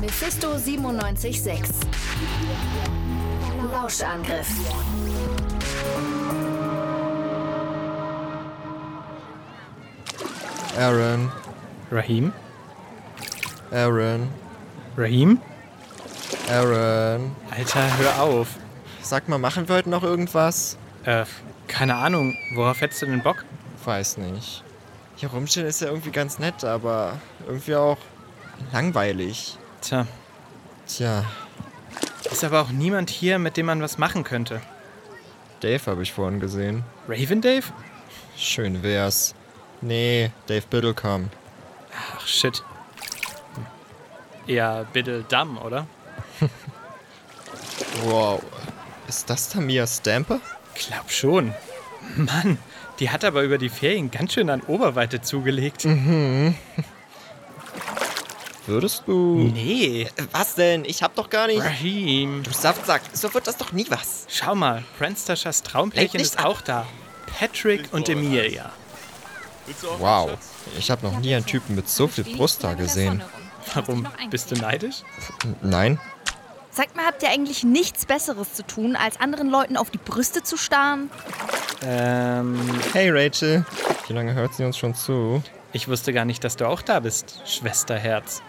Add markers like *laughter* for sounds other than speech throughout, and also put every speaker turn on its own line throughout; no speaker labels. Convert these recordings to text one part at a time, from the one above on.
Mephisto 97.6. Lauschangriff.
Aaron,
Rahim?
Aaron,
Rahim?
Aaron.
Alter, hör auf.
Sag mal, machen wir heute noch irgendwas?
Äh, keine Ahnung. Worauf hättest du denn Bock?
Weiß nicht. Hier rumstehen ist ja irgendwie ganz nett, aber irgendwie auch langweilig.
Tja,
Tja,
ist aber auch niemand hier, mit dem man was machen könnte.
Dave habe ich vorhin gesehen.
Raven Dave?
Schön wär's. Nee, Dave Biddlecom.
Ach, shit. Ja, bitte Damm, oder?
Wow. Ist das Tamia Stamper?
Glaub schon. Mann, die hat aber über die Ferien ganz schön an Oberweite zugelegt.
Würdest du.
Nee.
Was denn? Ich hab doch gar nicht.
Rahim.
Du Saftsack, so wird das doch nie was.
Schau mal, Pranstashas Traumpärchen
Lenk nicht
ist
ab.
auch da. Patrick und Emilia.
Wow. Ich habe noch nie einen Typen mit so viel Brust da gesehen.
Warum? Bist du neidisch?
Nein?
Sagt mal, habt ihr eigentlich nichts Besseres zu tun, als anderen Leuten auf die Brüste zu starren?
Ähm,
Hey Rachel. Wie lange hört sie uns schon zu?
ich wusste gar nicht, dass du auch da bist, Schwesterherz.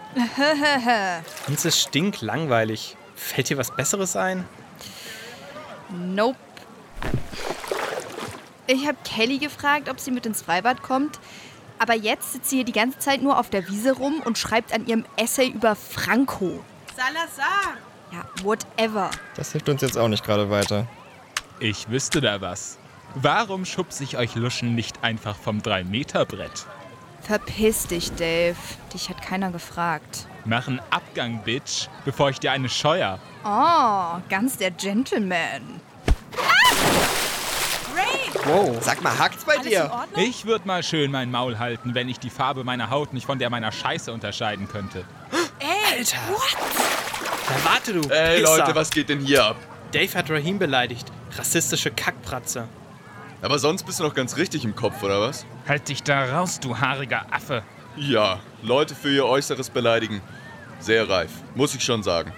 Uns ist stinklangweilig. Fällt dir was Besseres ein?
Nope. Ich habe Kelly gefragt, ob sie mit ins Freibad kommt. Aber jetzt sitzt sie hier die ganze Zeit nur auf der Wiese rum und schreibt an ihrem Essay über Franco.
Salazar!
Ja, whatever.
Das hilft uns jetzt auch nicht gerade weiter.
Ich wüsste da was. Warum schubse ich euch Luschen nicht einfach vom 3-Meter-Brett?
Verpiss dich, Dave. Dich hat keiner gefragt.
Mach einen Abgang, Bitch, bevor ich dir eine scheuer.
Oh, ganz der Gentleman.
Wow.
Sag mal, hackt's bei
Alles in Ordnung?
Ich würde mal schön mein Maul halten, wenn ich die Farbe meiner Haut nicht von der meiner Scheiße unterscheiden könnte.
Alter. Na, warte du.
Ey
Pisser.
Leute, was geht denn hier ab?
Dave hat Rahim beleidigt. Rassistische Kackpratze.
Aber sonst bist du noch ganz richtig im Kopf, oder was?
Halt dich da raus, du haariger Affe.
Ja, Leute für ihr Äußeres beleidigen. Sehr reif, muss ich schon sagen.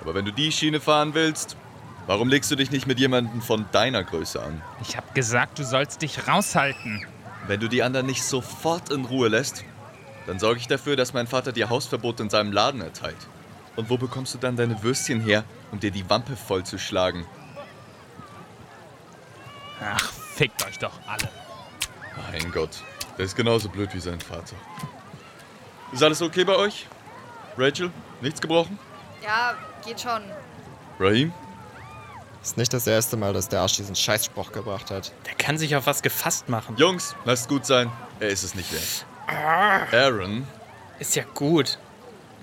Aber wenn du die Schiene fahren willst, warum legst du dich nicht mit jemandem von deiner Größe an?
Ich hab gesagt, du sollst dich raushalten.
Wenn du die anderen nicht sofort in Ruhe lässt, dann sorge ich dafür, dass mein Vater dir Hausverbot in seinem Laden erteilt. Und wo bekommst du dann deine Würstchen her, um dir die Wampe vollzuschlagen?
Ach, fickt euch doch alle.
Mein Gott, der ist genauso blöd wie sein Vater. Ist alles okay bei euch? Rachel, nichts gebrochen?
Ja, geht schon.
Rahim?
Ist nicht das erste Mal, dass der Arsch diesen Scheißspruch gebracht hat.
Der kann sich auf was gefasst machen.
Jungs, lasst gut sein. Er ist es nicht wert. Aaron,
Ist ja gut.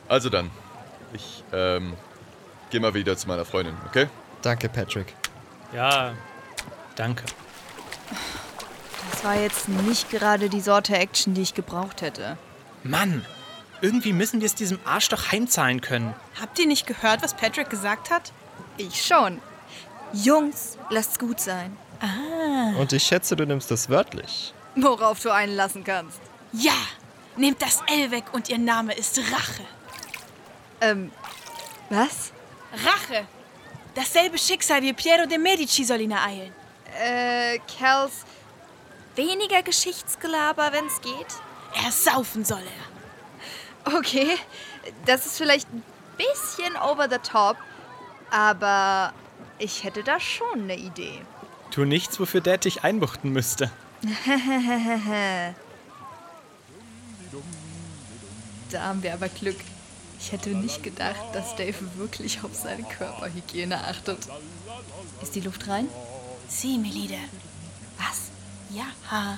also dann. Ich, ähm, geh mal wieder zu meiner Freundin, okay?
Danke, Patrick.
Ja. Danke.
Das war jetzt nicht gerade die Sorte Action, die ich gebraucht hätte.
Mann. Irgendwie müssen wir es diesem Arsch doch heimzahlen können.
Habt ihr nicht gehört, was Patrick gesagt hat?
Ich schon. Jungs, lasst's gut sein.
Ah.
Und ich schätze, du nimmst das wörtlich.
Worauf du einlassen kannst.
Ja! Nehmt das L weg und ihr Name ist Rache.
Ähm, was?
Rache! Dasselbe Schicksal wie Piero de Medici soll ihn ereilen.
Äh, Kels, weniger Geschichtsgelaber, wenn's geht.
Er saufen soll er.
Okay, das ist vielleicht ein bisschen over the top, aber ich hätte da schon eine Idee.
Tu nichts, wofür Dad dich einbuchten müsste.
Da haben wir aber Glück. Ich hätte nicht gedacht, dass Dave wirklich auf seine Körperhygiene achtet. Ist die Luft rein?
Sieh, Melide.
Was?
Ja. Ha.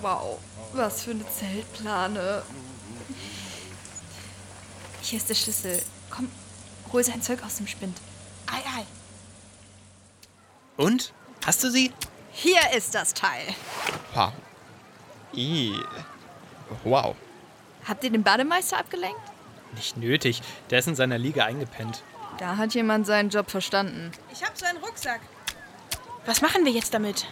Wow, was für eine Zeltplane. Hier ist der Schlüssel. Komm, hol sein Zeug aus dem Spind.
Ei, ei.
Und? Hast du sie?
Hier ist das Teil.
Ha. I. Wow.
Habt ihr den Bademeister abgelenkt?
Nicht nötig. Der ist in seiner Liga eingepennt.
Da hat jemand seinen Job verstanden.
Ich hab seinen Rucksack. Was machen wir jetzt damit?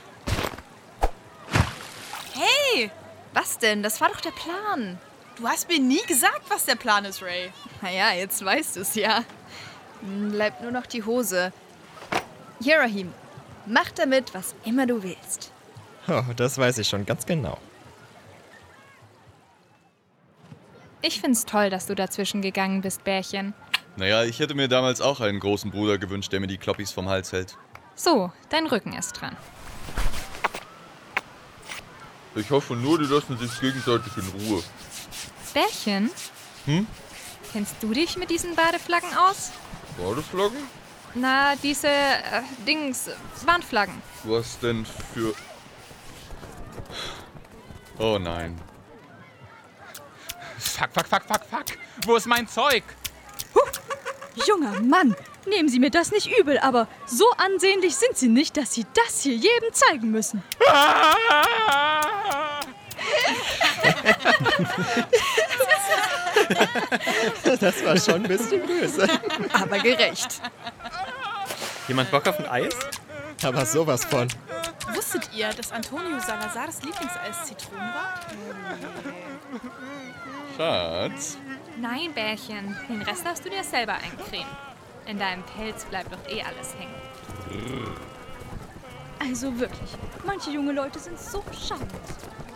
Hey!
Was denn? Das war doch der Plan.
Du hast mir nie gesagt, was der Plan ist, Ray.
Naja, jetzt weißt du es ja. Hm, Bleibt nur noch die Hose. Hier, Rahim, mach damit, was immer du willst.
Oh, das weiß ich schon ganz genau. *laughs*
Ich find's toll, dass du dazwischen gegangen bist, Bärchen.
Naja, ich hätte mir damals auch einen großen Bruder gewünscht, der mir die Kloppis vom Hals hält.
So, dein Rücken ist dran.
Ich hoffe nur, die lassen sich gegenseitig in Ruhe.
Bärchen? Hm? Kennst du dich mit diesen Badeflaggen aus?
Badeflaggen?
Na, diese äh, Dings, äh, Wandflaggen.
Was denn für... Oh nein.
Fuck, fuck, fuck, fuck, fuck. Wo ist mein Zeug?
Junger Mann, nehmen Sie mir das nicht übel, aber so ansehnlich sind Sie nicht, dass Sie das hier jedem zeigen müssen.
Das war schon ein bisschen böse.
*laughs*
Aber gerecht.
Jemand Bock auf ein Eis?
Aber sowas von.
Wusstet ihr, dass Antonio Salazars Lieblingseis Zitronen war?
Schatz.
Nein, Bärchen, den Rest darfst du dir selber eincremen. In deinem Pelz bleibt doch eh alles hängen.
Also wirklich, manche junge Leute sind so schamlos.